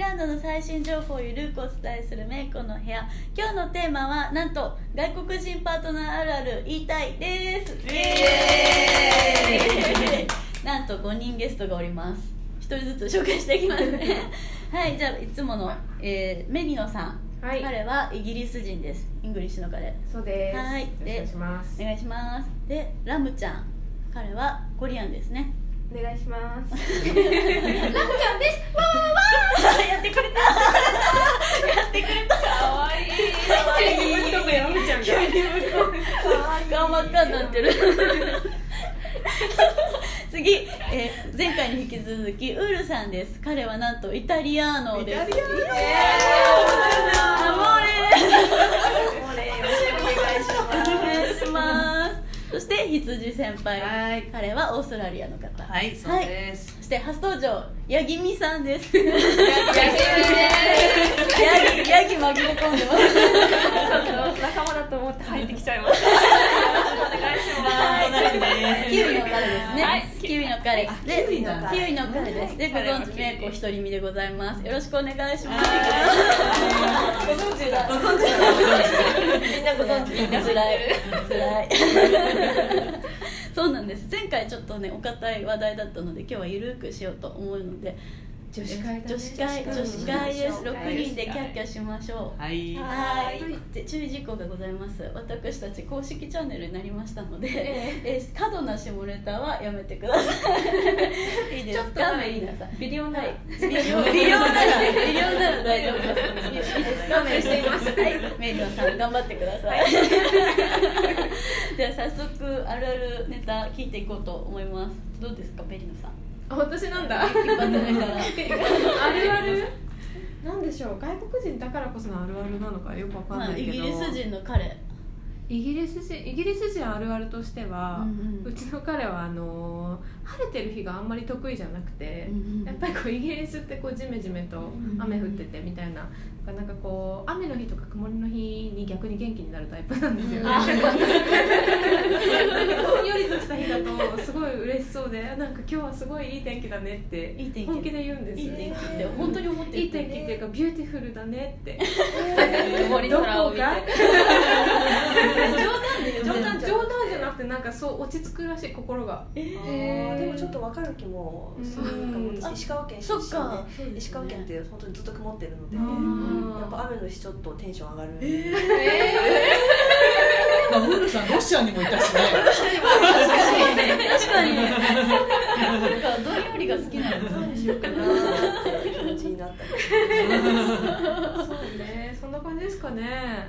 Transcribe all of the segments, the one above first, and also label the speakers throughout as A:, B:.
A: ランドの最新情報をゆるくお伝えするメイコの部屋今日のテーマはなんと外国人パートナーあるある言いたいです
B: イエーイ
A: なんと5人ゲストがおります1人ずつ紹介していきます ねはいじゃあいつもの、えーメニノさん、
B: はい
A: 彼はイギリス人ですイングリッシュの彼
B: そうです。
A: はい
B: よろしくお願いします
A: お。願いしますでラムちゃん彼はコリアンですね
B: お願いします。
C: ラムちゃんです。
A: やってくれた
C: 可愛い
B: 可愛いとこやめちゃんが。
A: 頑張ったになってる 次、えー前回に引き続きウールさんです彼はなんとイタリアーノです
B: イタリアーノ
A: アモーレ
B: お礼よろしくお願いします。
A: お願いしますそして羊先輩、
D: はい
A: 彼はオーストラリアの方
D: はい、そうです。
A: そして初登場八木美さんです
C: です。
A: ヤギ、ヤギ紛れ込んでます。
B: 仲間だと思って入ってきちゃいました。お願いし
D: はいね
A: キウイの彼ですね。
C: はい
A: キウイの彼。で、
D: キウイの彼
A: キウイの彼です。で、ご
D: 彼は
A: 存知、メイコ独り身でございます。よろしくお願いします。
D: ご存知だ。ご存知だ。
B: みんなご存知。
A: みんな辛い。辛い。 そうなんです。前回ちょっとね、お堅い話題だったので、今日はゆるくしようと思うので。
C: 女子会だね
A: 女子会、女子会です。六人でキャッキャしましょう。
D: はい。
A: は
C: はいい、
A: で注意事項がございます私たち公式チャンネルになりましたので、えー過度な下ネタはやめてくださ いいいですか
C: ちょっとは
A: メリーナさん
C: ビリオン
A: は、
C: ない
A: 微量なら微量なら大丈夫です。いいですか、メイしてます。はい、メイリオンさん頑張ってください。 じゃあ早速あるあるネタ聞いていこうと思います。どうですか、ペリノさん。
C: 私な んだ。
A: 一発目から。
C: あるある。なんでしょう。外国人だからこそのあるあるなのかよくわかん
A: ま
C: な
A: あ
C: い
A: イ
C: けど。
A: ギリス人の彼。
C: イギリス人イギリス人あるあるとしては、
A: うん
C: う
A: うん
C: ちの彼はあの晴れてる日があんまり得意じゃなくて、やっぱりこうイギリスってこうジメジメと雨降っててみたいな、なんかこう雨の日とか曇りの日に逆に元気になるタイプなんですよね。
A: あ
C: どんよりとした日だとすごい嬉しそうでなんか今日はすごいいい天気だねって
A: いい天気。
C: 本気で言うんです
A: いい
C: よ
A: 天気って本当に思ってる
C: いい天気っていうかビューティフルだね って
B: 曇り空を見て
C: どこか冗
A: 冗
C: 談
A: 談
C: 冗談じゃなくてなんかそう落ち着くらしい心が
B: えーでもちょっとわかる気もするかも
C: うん
B: 私石川県出
A: そ
B: 身
A: っ
B: で
A: か
B: 石川県って本当にずっと曇ってるので
C: あー
B: やっぱ雨の日ちょっとテンション上がる
D: まあ、ムールさん、ロシアにもいたしね。
A: 確かになんかどんよりが好きなんですね
B: よくなーって気持ちになったり
C: そうねそんな感じですかね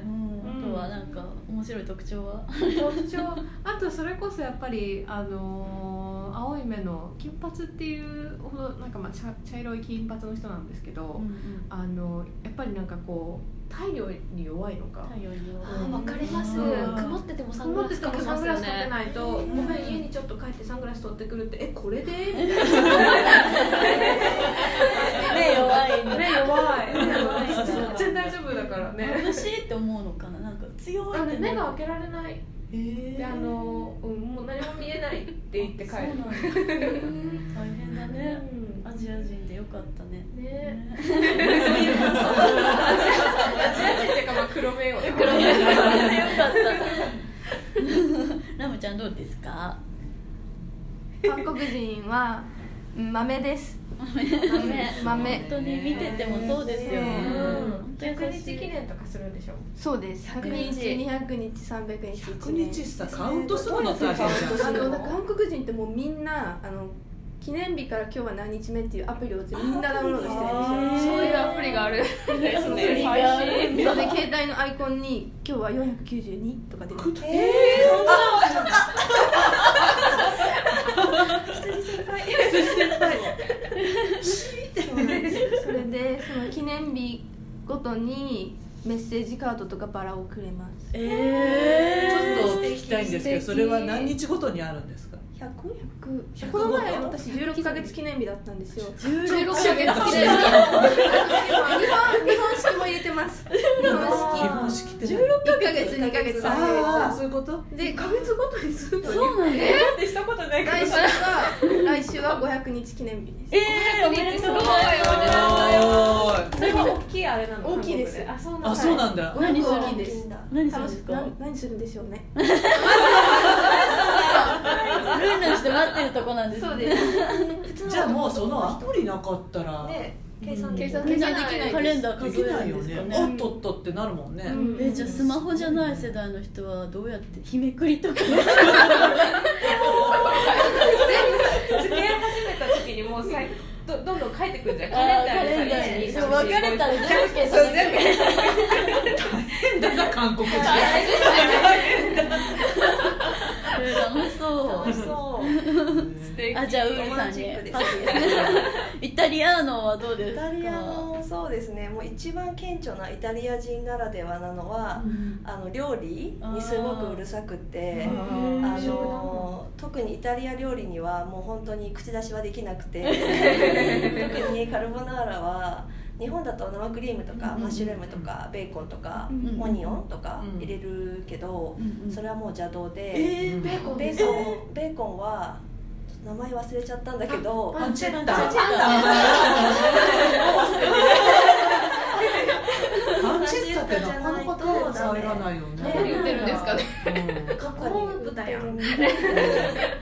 A: うんあとはなんか面白い特徴は
C: 特徴あとそれこそやっぱりあのー青い目の金髪っていうほどなんかまあ茶茶色い金髪の人なんですけど、あのやっぱりなんかこう太陽に弱いのか
A: 太陽には
C: あ
E: わかります。
C: うん
E: 曇っててもサング
C: 曇
E: ラ
C: って
E: ス
C: て
E: か
C: も
E: け
C: サ
E: ま
C: ン
E: す
C: グラ
E: よ
C: スかけ
E: ね。
C: ないと、ごめん家にちょっと帰ってサングラス取ってくるってえこれ で
A: 目弱いね
C: 目弱い
A: 弱い
C: 全然大丈夫だからね
A: 眩しいって思うのかななんか強
C: あ
A: い
C: の
A: って
C: 目が
A: へ
C: 開けられない
A: え
C: であの、うん、もう何も見えないって言って帰る
A: そうなんだ大変だね
C: う
A: ア
C: ん
A: ジア人でよかったね
C: ね
A: ね
C: アジア人っていうかまあ黒目を黒
A: 黒目がよか ったラムちゃんどうですか
F: 韓国人はうん豆です
A: 豆
F: 豆
A: 本当に見ててもそうですよね
C: うん
A: 本当に
C: 100
A: 優し
C: 日
A: い
C: 記念とかするんでしょ
F: そうです100
E: 100
F: 日
E: 日
F: 200日300日
D: 100
F: 1
D: 日
F: 年
D: さ、カウントするの大変じゃん。
F: あのなんか韓国人ってもうみんなあの記念日から今日は何日目っていうアプリをみんなダウンロードしてるんですよ
C: そういう
F: アプリがある
C: です
A: アプリがあ る
F: なので携帯のアイコンに今日は492とか出てる そうなん ですそれでその記念日ごとにメッセージカードとかバラをくれます
A: え
D: ちょっと聞きたいんですけど、それは何日ごとにあるんですか。
F: この前私16ヶ月記念日だったんですよ
A: 16
F: ヶ月記念日日本日本式も入れてます日
D: 基
F: 本
D: 本
F: 式
D: 式って何
F: 1ヶ月2ヶ月3
D: あ
F: ヶ
D: あそういうこと
F: 月で1ヶ月ごとにするのに
A: そうなんだ
C: だってしたことないから
F: 来週は来週は500日記念日です
A: えー、おめでとう
C: すごいおめでとう
D: あ
C: それは大きいあれなの
F: 大きいです
C: 韓国あそうなんだ
D: あそうなんだ
A: 何する
F: 大きいです
A: 何するん
F: 楽
A: で
F: し
A: す
F: く
A: か
F: な何するんでしょうね
A: ルンルンして待ってるとこなんですね
F: そうです
D: じゃあもうそのアプリなかったら
F: で
A: 計算
F: 計算
A: 計算
F: できない
A: カレンダー数
D: で
A: え
D: きな
A: る
D: い
A: ん
D: よ
A: です
D: ね
A: かね
D: おっとっとってなるもんね
F: うん
A: えじゃあスマホじゃない世代の人はどうやって日めくりとか
C: 付き合い始めた時にもうさいどどんどん書いてくるじゃんカレンダーにさ
A: そう別れたらじゃんけん
C: そう全部
D: 変だな韓国人
A: 楽しそう
C: そう
D: うん
A: あじゃあウールさんにパ スイタリアーノはどうです
B: イ
A: か
B: タリアのそうですねもう一番顕著なイタリア人ならではなのは、あの料理にすごくうるさくって
D: あ
B: あ
D: ー
B: の特にイタリア料理にはもう本当に口出しはできなくて特にカルボナーラは日本だと生クリームとかマッシュルームとかベーコンとか
A: うん
B: オニオンとか
D: うん
B: 入れるけど
A: うんうん
B: それはもう邪道
A: え
B: で
A: ー、ベーコン
B: ベーコンベーコンは名前忘れちゃったんだけど
D: パンチェッタ
A: パンチェッタ
D: パンチェッタってなかなか手が入らないよね
C: 何言ってるんですかね
D: うん
B: 過去に売ってるみたい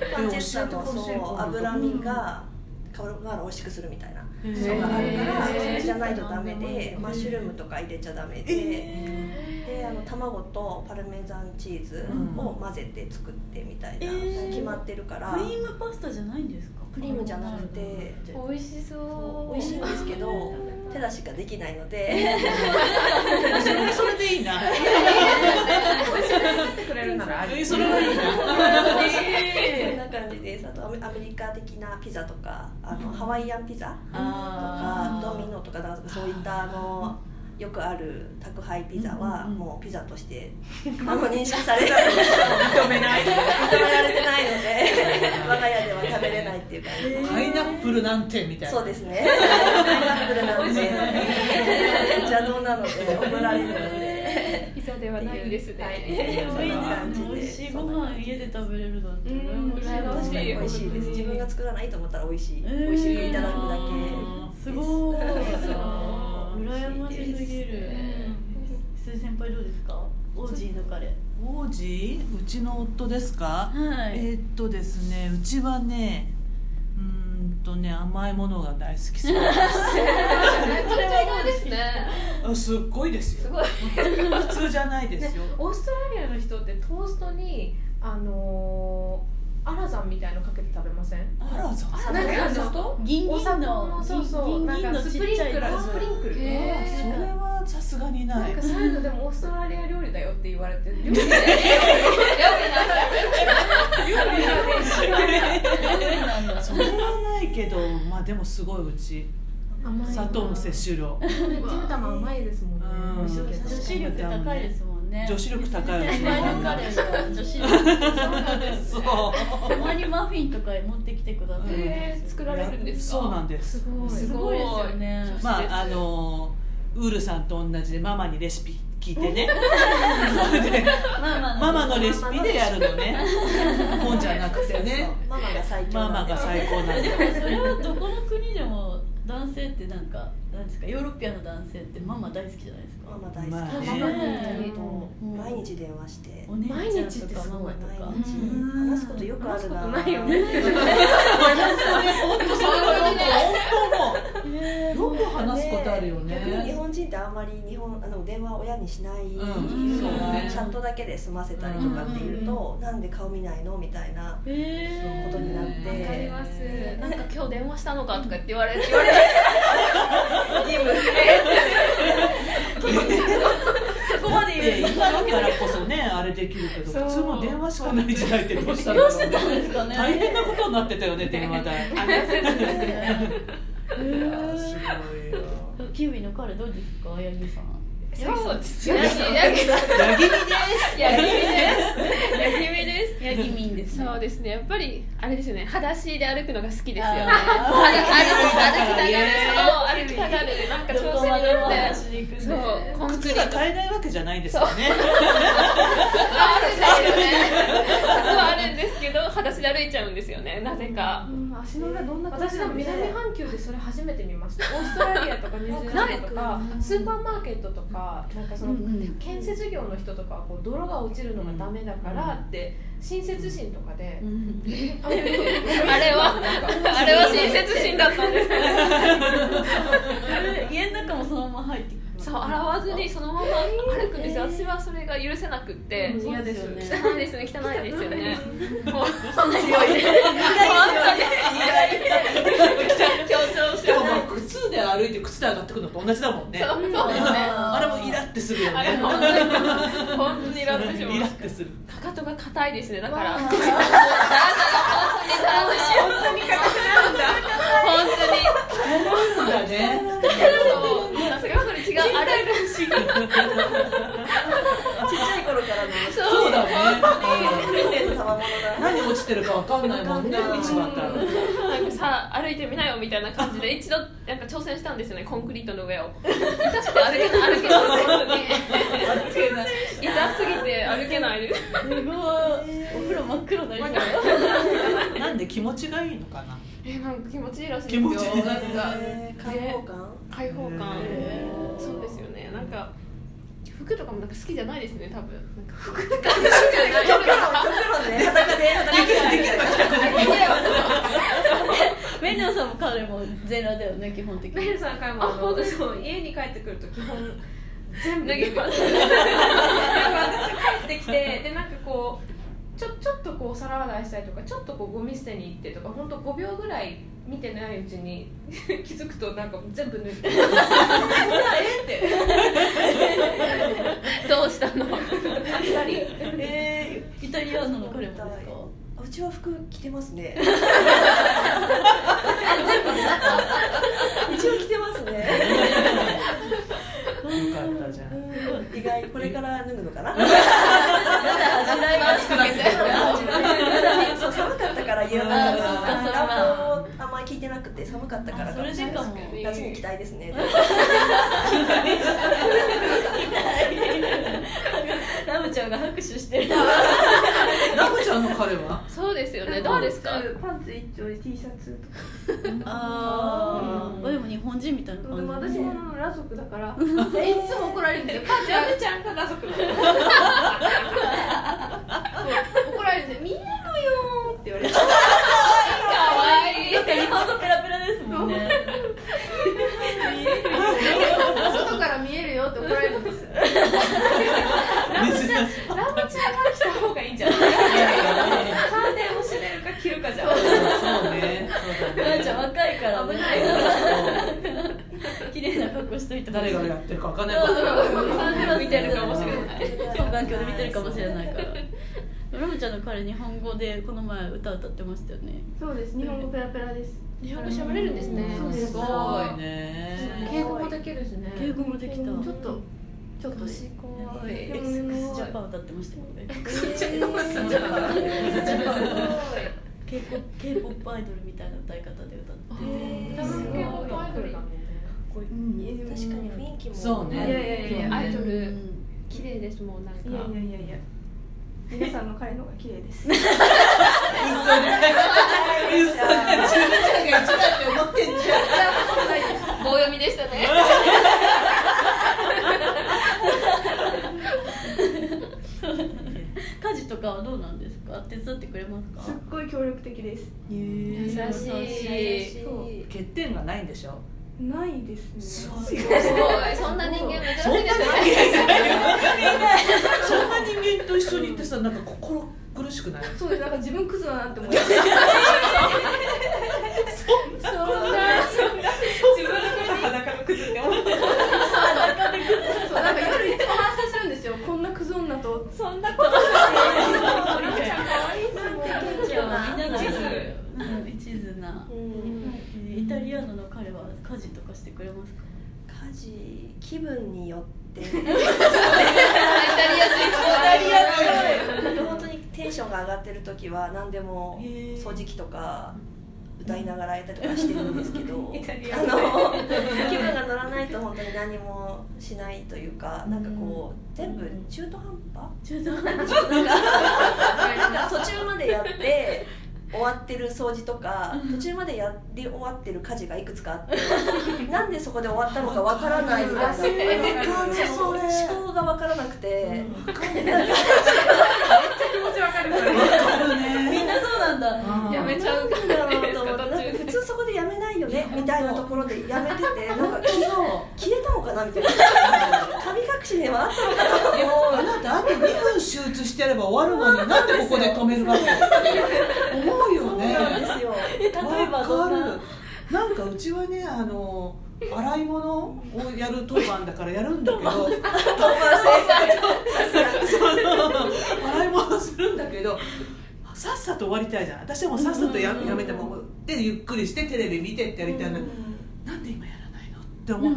B: なパンチェッタのそう脂身がカルボナーラを美味しくするみたいなのがあるからそ
C: へー
B: れじゃないとダメで
D: へー
B: マッシュルームとか入れちゃダメでであの卵とパルメザンチーズを混ぜて作ってみたいな
A: うん
B: 決まってるから
A: クリームパスタじゃないんですか
B: クリームじゃなくて
C: 美味しそう
B: 美味しいんですけど手出しができないので
D: それはそれでいいな
C: 作ってくれるならあり
D: それはいいな
B: そんな感じですあとアメアメリカ的なピザとかあのハワイアンピザ
A: あ
B: とかドミノとかなんかそういったあのよくある宅配ピザは
D: うんうんうん
B: もうピザとしてあの認識された認
D: 認めない
B: められてないので我が家では食べれないっていう感じです、
D: パイナップルなんてみたいな
B: そうですねパイナップルなんで邪道なので怒られるので
C: ピザではないですね、
B: はい
A: ー
B: そん
A: い
B: ない感
A: です
B: じ
A: ね美味し
B: で
A: いご飯家で食べれるなんて
F: うん
A: 羨ま
B: 確
A: し
B: かに
A: い
B: 美味しいです自分が作らないと思ったら美味しい
A: うん
B: 美味しくいただくだけ
A: すごい
B: です
A: 羨ましすぎる鈴先輩どうですかオージーのカレー
D: 王子うちの夫ですか、
A: は
D: えーっとですねうちはねうーんとね甘いものが大好きそうです
C: めっちゃ意外ですね
D: あすっごいですよ
C: すごい
D: 普通じゃないですよ、
C: オーストラリアの人ってトーストにあのー、アラザンみたいのかけて食べません
D: あらざ
C: なん
A: なんかあの銀
C: お
A: 銀
C: 砂糖
A: の
C: のそうそう
A: 銀
C: な
A: 銀
C: ん
A: の
C: か
A: ちっ
C: ス
A: ち
C: プリン
A: ゃい
C: クルスプリンクル
F: へ
D: それはさすがにな
C: なん
D: い
C: かそういうのでもオーストラリア料理だよって言われて料理で料理
D: それはないけどまあでもすごいうち砂糖の摂取量
C: でも牛玉甘いですもんね
D: う
C: 美
D: ん
C: 味しいけど
A: 女子力高いですもんね
D: 女子力高いよね
A: 先輩のカレーは女子力高いです
D: そう
A: たまにマフィンとか持ってきてくださるん
C: へ
A: で
C: ー
A: す
C: 作られるんですか
D: そうなんです
C: すごい
A: すごいですよね
D: まああのウールさんと同じでママにレシピ聞いてねそれで
A: まあまあ
D: ママのレシピでやるのね本じゃなくてね
B: ママが最強
D: マ
B: な
D: マ
B: んで
D: が最高なん
A: でも
D: で
A: それはどこの国でも男性ってなんかなんですかヨーロッピアの男性ってママ大好きじゃないです
B: マ
A: か
B: マ大
D: まあ
B: 好き
D: ね
B: 本当
A: うん
B: 毎日電話して
A: お姉
C: 毎
A: ちゃん
C: 日っ
A: と
C: て
A: か
C: す
A: マ
C: ご
A: マ
C: い
A: とか
B: 毎日話すことよくあるな
C: 話すことないよね
D: そういうこと本当もうよく話すことあるよ
B: 逆に日
D: ね
B: 本人ってあんまり日本あの電話を親にしないか
D: うんそう
B: ら
D: ね
B: チャットだけで済ませたりとかっていうとなんで顔見ないのみたいな
A: え
B: ことになって
C: わかりますなんか今日電話したのかとかって言われて言われて
A: ー、そこまで言え
D: で
A: る
D: 今だからこそねあれできるけど
C: そう
D: 普通も電話しかない時代ってどうしたんだ
A: どうして
D: ろ
A: た
D: うんね
A: ですかね
D: 大変なことになってたよね電話代
A: え
D: いやーす
A: ー
D: ごいよ
A: キウイの彼どうですかヤギさん
C: そうですヤギですヤギですヤギです
A: ヤギ民ですね
G: そうですねやっぱりあれですよね裸足で歩くのが好きですよね
A: あー
G: 歩き歩きたがる
A: あ
G: そう歩きたがるなんか
A: ど
G: 調
A: こ
G: 子
A: までも
G: に乗
A: 話
G: っ
A: してに行くん
G: そ
A: で
G: うコンクリ
D: 靴
G: ー
D: が
G: ト
D: 買えないわけじゃないんですよね
G: あるんですよねはあるんですけど裸足で歩いちゃうんですよねなぜか
F: うん足の裏どんな感
C: 私
F: じ
C: で
F: な
C: も
F: んです
C: 南半球でそれ初めて見 ましたオーストラリアとかニュージーランドとかスーパーマーケットとかなんかその建設業の人とかはこう泥が落ちるのがダメだからって親切心とかであれ
G: あれはあれは親切心だったんですけど
A: 家の中もそのまま入ってくる
G: そう洗わずにそのまま歩くんですよ私はそれが許せなくって
A: うん嫌ですよね
G: 汚いですね汚いですよねもう強調して
D: でもまあ靴で歩いて靴で上がってくるのと同じだもんね
G: そうそうですね
D: あれもイラってするよ
G: あれ
D: ね
G: 本当に本当にイラってし
D: イ
G: ま
D: ラ
G: う
D: ってする
G: かかとが硬いですねだから本当に本当に
D: そうだね
G: そうなんかすごいこれ違うあれ
B: ちっちゃい頃からの
G: そ
D: そううだ
B: プ
D: ね
B: レゼント賜物だ
D: 何落ちてるかわかんないもんね道端
G: なんかさ歩いてみなよみたいな感じで一度なんか挑戦したんですよねコンクリートの上を痛くて歩けない歩けない本当に痛すぎて歩けないです
A: すごいお風呂真っ黒になりそう
D: なんで気持ちがいいのかな
G: えなんか気持ちいいらしい
D: 気持ちいい
G: なんか
B: えー開放感
G: 開放感
D: へ
G: そうですよねなんか服とかもなんか好きじゃないですね多分なんか服
B: 極論極論ね裸で裸で
A: メリオさんも彼もゼロだよね基本的
C: メ
A: に
C: ルさんからもあのそう家に帰ってくると基本全部
G: 脱ぎます
C: なんか私帰ってきてでなんかこうちょちょっとこう皿洗いしたりとかちょっとこうゴミ捨てに行ってとか本当5秒ぐらい見てないうちに 気づくとなんか全部脱いでえって
G: どうしたの
C: なったり
A: えー、イタリアンなの彼もですか
B: うちは服着てます ね。一応着てますね。
D: よかったじゃん
B: うん意外これから脱ぐのかな。
A: 時代が熱くなって
B: そう寒かったから家の中
A: あそうかそう
B: が
A: か
B: 暖房あんまり効いてなくて寒かったから
A: それ時間も
B: 夏に着たいですね。
A: ラムちゃんが拍手してる
D: ラムちゃんの彼は
G: そうですよねどうですか
F: パンツ一丁で T シャツとか
A: あーでも日本人みたいな
F: でも
A: 感じ
F: 私も裸族だから いつも怒られるんですよパンツ
C: ラムちゃんが家族だよ
F: 怒られるんですよ見えろよーって言われて
G: かわいい
A: なんか日本語ペラペラですもんね
F: 外から見えるよって怒られるんですよ
D: 珍しい
C: ラムちゃんから来た方がいいんじゃないカーテンを閉めるか切るかじゃん
D: そうねそう
A: ラ
D: だ
A: ムちゃん
D: ね
A: 若いから、ね、
C: 危ない
A: 綺麗な格好しといてほし
D: 誰
A: い
D: がやってるかわかんないから
A: 見てるかもしれない双眼鏡で見てるかもしれないからラムちゃんの彼日本語でこの前歌歌ってましたよね
F: そうです日本語ペラペラです
G: 日本語喋れるんですね
F: そうです
G: すごい
D: ごいね
C: 敬語もできるしね
A: 敬語もできた
F: ちょっとちょっとです
A: エクスジャパン歌ってましたよねケーポ K-POP アイドルみたいな歌い方で歌って
C: 多分敬語とアイドルだもんね
B: 確かに雰囲気も。
D: そうね
F: いやいやいや
G: アイド
A: う
G: ル
A: ん
G: 綺麗ですもんなんか
F: いやいやいやいや皆さんの彼の方が綺麗です
D: 嘘だ自分たちが一番って思ってんじゃ
G: 棒読みでしたね
A: 家事とかはどうなんですか手伝ってくれますか
F: すっごい協力的です
D: ん
G: 優しいす
F: そう
D: 欠点がないんでしょ
F: ないですね
G: ごいそんな人間珍しいですよね
D: そんな人間と一緒にいてさなんか心苦しくない
F: そうですなんか自分クズだなって 思います
C: 自分の声で裸のクズって思って
F: そうなんか夜いつも反省するんですよこんなクズ女と
C: そんなことないラムちゃん可愛いと思う
A: みんなが
C: 一途
A: うん一途な
B: うん
A: イタリアンの彼は家事とかしてくれますか
B: 家事気分によって。
G: イタリア人
B: なんか本当に転ンションが上がってる時は何でも
D: へー
B: 掃除機とか歌いながらやったりとかしてるんですけどあ の
C: イタリア
B: 気分が乗らないと本当に何もしないというかなんかこう全部中途半
A: 中途半端
B: 端なんかなんか途中まで やって終わってる掃除とか途中までやり終わってる家事がいくつか あってなんでそこで終わったのかわからないみたいな
C: わかる
B: そう思考がわからなくて。
C: 気持ちわかる
A: みんなそうなんだ
D: うん
G: やめちゃう
B: なんだろうと思ってなんか普通そこでやめないよねみたいなところでやめててなんか消え消えたのかなみたいな神隠しではあったのかなと思う
D: あなたあと2分手術してやれば終わるのになんでここで止めるわけ思うよね
B: なんですよ
A: え例えばど
D: わ
A: ん
D: か
A: な
D: るなんかうちはねあの洗い物をやる当番だからやるんだけど
B: 当番先
D: その洗い物するんだけどさっさと終わりたいじゃん私はもうさっさとや,、やめてもうでゆっくりしてテレビ見てってやりたいのに、なんで今やらないのっ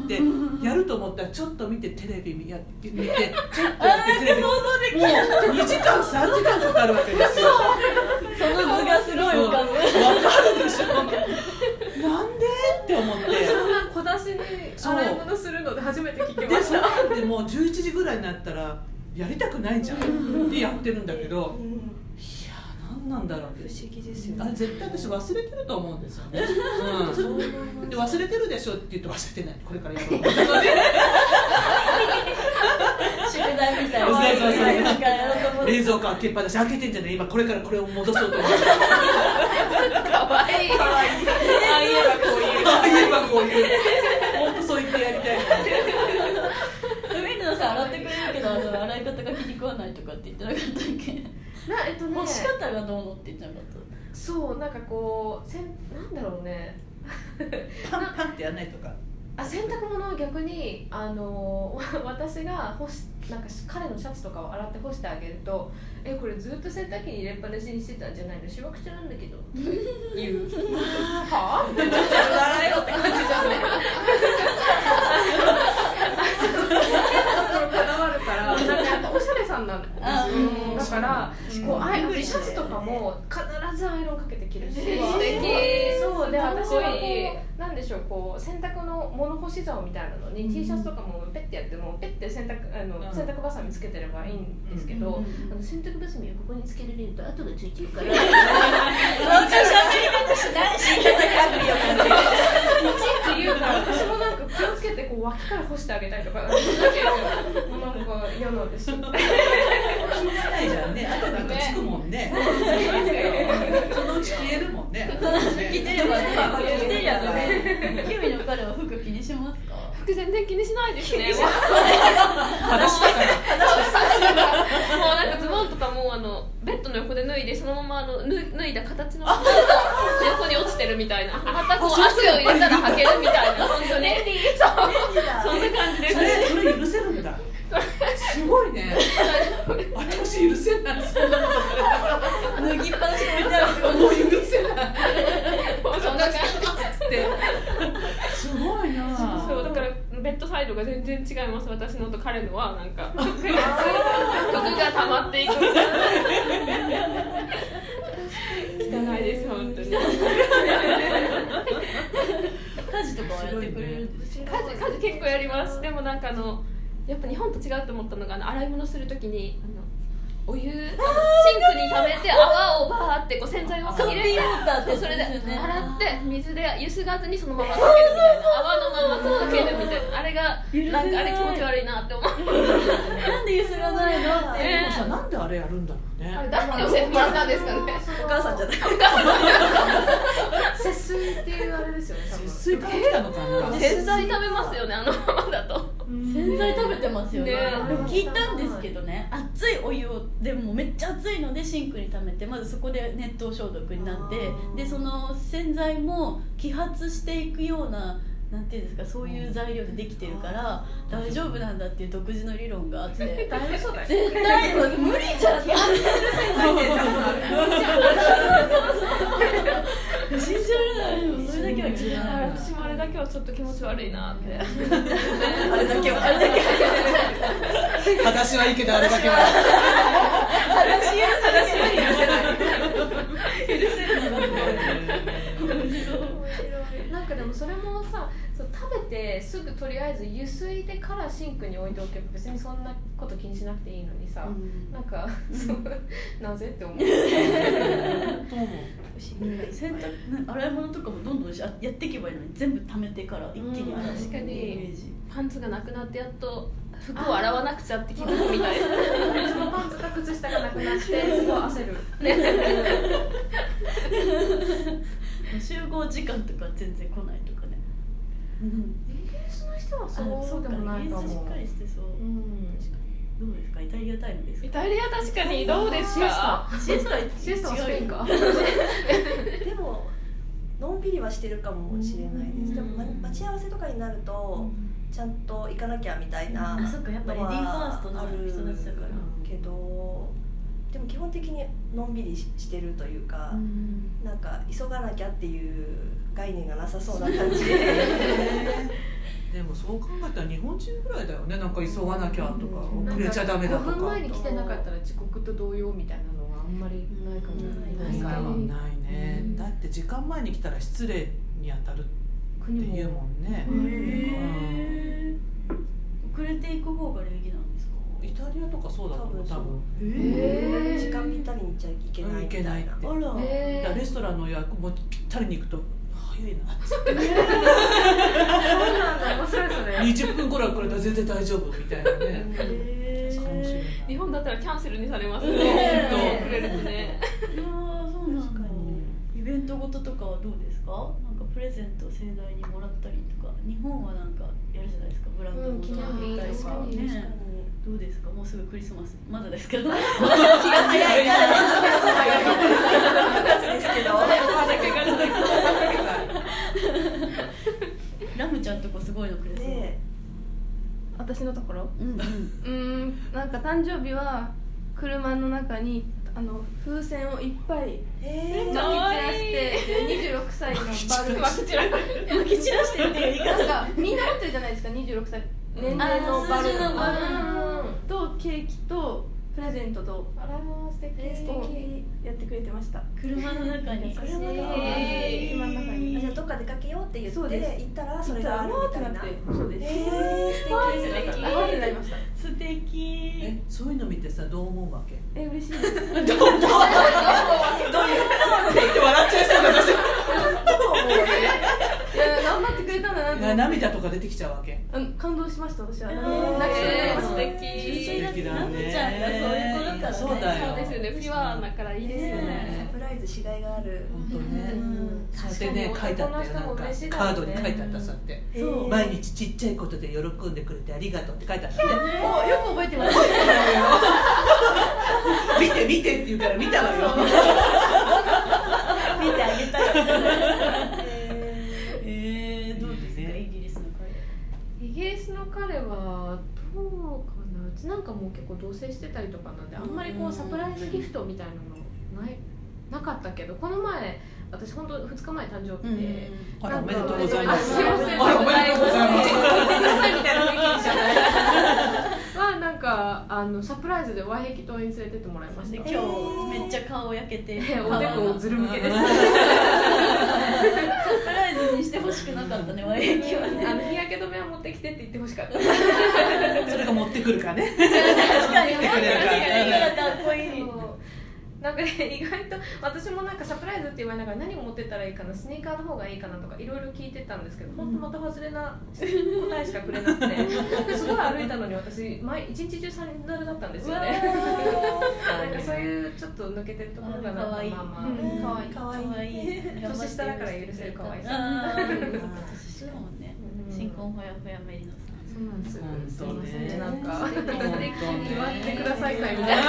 D: て思って、やると思ったらちょっと見てテレビ見や見てちょっと見てテレビもう2時間3時間かかるわけですよ
A: その図がすごい浮かぶ
D: わかるでしょなんでって思って
C: そんな小出しに洗い物するので初めて聞きま
D: で
C: し
D: そ
C: た
D: うなんでもう11時ぐらいになったらやりたくないじゃんってやってるんだけど、
B: 生う
D: い
B: ん
D: や何なんだろうって
B: 不思議ですよ
D: あれ
B: ね
D: 絶対私忘れてると思うんですよね、うん、で忘れてるでしょって言って忘れてないこれからやろうと思って
A: 宿題みたい
D: そう
A: な
D: そうそう
A: なんかやろうと思って
D: 冷蔵庫開けっぱなし開けてんじゃない今これからこれを戻そうと思って
G: かわいいかわいいああ言えばこういう
D: ああ言えばこういう本当そう言ってやりたいな
A: 海野さん洗ってくれるけどあの洗い方が気に食わないとかって言ってなかったっけ
C: なえっとね
A: 干し方がどうのって言ってなかっ
C: そうなんかこうせんなんだろうね
D: パンパンってやらないとか
C: あ洗濯物は逆にあの 私が干しなんか彼のシャツとかを洗って干してあげると「えこれずっと洗濯機に入れっぱなしにしてたんじゃないのしわくちゃなんだけど」言う「 はあ?」って笑えよって感じじゃん ねこだわるからなんかやっぱおしゃれさんなんですよ
A: あうん
C: だから
B: うん
C: こうアイロンシャツとかも必ずアイロンかけて着るし
G: 素敵
C: そうで
G: かっ
C: 私
G: こ
C: はい
G: い
C: こうなんでしょうこう洗濯の物干し竿みたいなのに T シャツとかもペッてやってもペッて洗濯あの
D: うん
C: 洗濯バサミつけてればいいんですけどあの洗濯バサミをここにつけられると後がついてるから いちい ち言うから私もなんか気をつけてこう脇から干してあげたりとかなんか嫌なん ですよ
D: 気にしないじゃんねあとなんかつくもんねそのうち消えるもんね
A: た着てればね着てりゃねキュウリの彼は服気にしますか
G: 服全然気にしないですね
D: 私だから
G: もうなんかズボンとかもうあのベッドの横で脱いでそのままあのぬ脱いだ形のまま横に落ちてるみたいなまたこう汗を入れたら履けるみたいな本当にそうそんな感じです
D: それそれ許せるんだすごいね私許せないそんなことされたら
A: 脱ぎっぱなしに置いてある
D: もう許せない
G: そんな感じ
D: ってすごいな
G: そうだからベッドサイドが全然違います私のと彼のはなん か服が溜まっていく 汚いです本当に家事
A: 家事とかはやってくれるんですか
G: 家事結構やりますでもなんかあのやっぱ日本と違うと思ったのがあの洗い物するときにあのお湯あのシンクに溜めて泡をバーってこう洗剤を
A: ソ
G: 入
A: ー
G: れ
A: ピ
G: て
A: ーウォーターってやつ
G: それで洗
A: ですよね
G: って水でゆすがずにそのままかけるみたいな泡のままかけるみたいなあれが
A: 許せな
G: なん
A: い
G: かあれ気持ち悪いなって思う
A: なんでゆすがないのって
D: でもさなんであれやるんだろうね
G: 誰の先輩なんですかね
B: お母さんじゃない
C: 節水っていうあれですよね多分
D: 節水から来たのかな
G: 洗剤食べますよねあのままだと
A: 洗剤食べてますよね
G: ね
A: でも聞いたんですけどね熱いお湯をでもめっちゃ熱いのでシンクに溜めてまずそこで熱湯消毒になってでその洗剤も揮発していくようななんていうんですかそういう材料でできてるから大丈夫なんだっていう独自の理論があって
C: 大丈夫そうだよ
A: 絶対無理じゃん信じられないでもそれだけは聞いない
G: 私もあれだけはちょっと気持ち悪いなって
B: あれだけは
D: 私はいいけどあれだけは
C: なんかでもそれもさそう食べてすぐとりあえず湯すいでからシンクに置いておけば別にそんなこと気にしなくていいのにさ、なんか、そうなぜって思う
A: 洗濯ね洗い物とかもどんどんしあやっていけばいいのに全部溜めてから一気に洗う
G: うん確かに
A: イメージ
G: パンツがなくなってやっと服を洗わなくちゃって気づくみたいな
C: そのパンツか靴下がなくなってすごい焦る
A: 集合時間とか全然来ないとかね
C: イギリスの人は
A: あ
C: そうでもない
A: イギリス
C: か
A: し
C: も
A: っかりしてそう
C: うん
A: どうですかイタリアタイムです
G: イ
A: か
G: タリア確かにどうですか
A: シエスタ
C: シエスタはスペインか
B: でものんびりはしてるかもしれないです、
G: うん
B: でもま待ち合わせとかになるとちゃんと行かなきゃみたいな
A: あそっかやっぱレディーファーストの人たちだから
B: けどでも基本的にのんびりししてるというか、なんか急がなきゃっていう概念がなさそうな 感じ
D: でもそう考えたら日本人ぐらいだよねなんか急がなきゃとか遅れちゃダメだと
C: 5分
D: か
C: 前に来てなかったら遅刻と同様みたいなのはあんまりないかも
D: ない
C: な
D: か
C: い
D: もないね、
C: うん
D: だって時間前に来たら失礼に当たるって
C: 国
D: 言う
C: も
D: もんね、
A: へー遅れていく方が礼儀なんですか
D: イタリアとかそうだと思う多
B: 多
D: 分
B: 分
C: へー
B: 時間ぴったりに行っちゃいけないみたいな,、
D: うんいけないって
A: あら
D: だ
C: え
D: からレ
C: ー
D: ストランの予約もぴったりに行くと早いな
C: そうなんだ面白いそれ
D: 20分ぐらい遅れたら全然大丈夫みたいなね
A: へー
D: かもしれない
G: 日本だったらキャンセルにされます
A: ね
G: ね
A: え
G: 遅れると ね
A: いやーそうなんだ
B: 確か
A: イベントごととかはどうですかなんかプレゼントを盛大にもらったりとか日本はなんかやるじゃないですかブランド
C: う
A: の
C: ん記念
A: と
C: 日とか
A: かね
B: 確かに
A: どうですかもうすぐクリスマスまだですけどま
B: ですけど
A: ラムちゃんとこすごいのクリスマス、
B: ね
F: 私のところ
A: うんうん
F: うーんなんか誕生日は車の中にあの風船をいっぱい
B: ええー
F: 撒き
G: かわ
F: 散らし
G: いい
F: てで26歳のバ
G: こ
F: ル
G: ちらこ
A: 巻き散らしてるっていう言い方
F: なんかみんな持ってるじゃないですか26歳年齢のバ
A: あー数
F: ル
A: 字のバル
F: うんとケーキとプレゼントと
C: あらー素敵
F: をやってくれてました
A: 車の中 に
B: 優しい
A: 車の中
G: へー
F: 車の中に
B: あじゃあどっか出かけようって言って
F: そうです
B: 行ったらそれがあるみたいな
F: ってそうです
B: えー素敵
F: あーってなりました
A: 素敵
D: えそういうの見てさどう思うわけ
F: え 嬉しいです
D: 笑っちゃいそうだ私
F: いや頑張ってくれたんだなって思って
D: 涙とか出てきちゃうわけ
F: うん感動しました私は
A: え
F: 泣
A: ー
F: きそうに
G: 素
F: なりました
G: 敵
A: だってラムちゃんがそういう頃からね
D: そうだよ
G: そうですよねピュアだからいいですよ
B: サ
G: ね
B: プライズしがいがある
D: 本当ね、
A: うん
D: そうやってね書いてあったよなんか
C: 男の人も嬉しいだ
D: カ
C: ろうね
D: ードに書いてあったそうやって
B: そう
D: 毎日ちっちゃいことで喜んでくれてありがとうって書いてあったね
F: およく覚えてます
D: 見て見てって言うから見たわよ
A: 見てあげたいえー、どうですかイギリスの会
C: イギリスの彼はどうかなうちなんかもう結構同棲してたりとかなんであんまりこうサプライズギフトみたいなのないなかったけどこの前私本当2日前誕生日で、
D: あらおめでとうございます
C: あすいません
D: あらおめでとうございます
C: はなんかあのサプライズで和壁島に連れてってもらいまし
A: で
C: た
A: 今日めっちゃ顔焼けて
C: おでこをずるむけです
A: サプライズにしてほしくなかったね和駅は ね
C: あの日焼け止めは持ってきてって言ってほしかった
D: それが持ってくるからね
A: 確かに
D: 見てくれるからね
A: かっこいい
C: そうなんかね意外と私もなんかサプライズって言われながら何を持ってったらいいかなスニーカーの方がいいかなとかいろいろ聞いてたんですけど本当また外れな答えしかくれなくてすごい歩いたのに私毎一日中サンダルだったんですよねなんかそういうちょっと抜けてるところがなん
A: 可
C: か
A: 愛い
C: まあまあ
F: うん
C: 可愛い
B: 可愛い
A: 可愛い
C: 年下だから許せる可愛さ
A: あーそうかもね
C: うん
A: 新婚ほやほやメリノさ
C: そうなんですよ
D: 本当ね
C: すいませんなんか
A: 素敵
C: 素敵に祝ってください会みたいな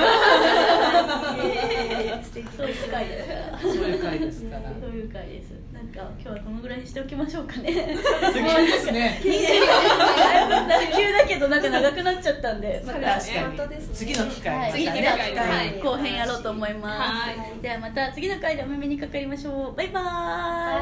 B: 素敵
A: んそういう会ですから
D: そういう回ですから
A: そういう会ですなんか今日はこのぐらいにしておきましょうかね
D: 次ですね
A: なんか急だけどなんか長くなっちゃったんでまた
D: 確かに
B: 本当ですね
D: 次の機
A: は
D: 会
A: い、
D: またね
A: 次の
G: 次
A: 回
G: の回
A: 後編やろうと思います。
G: はい
A: ではまた次の回でお目にかかりましょう。バイバーイ。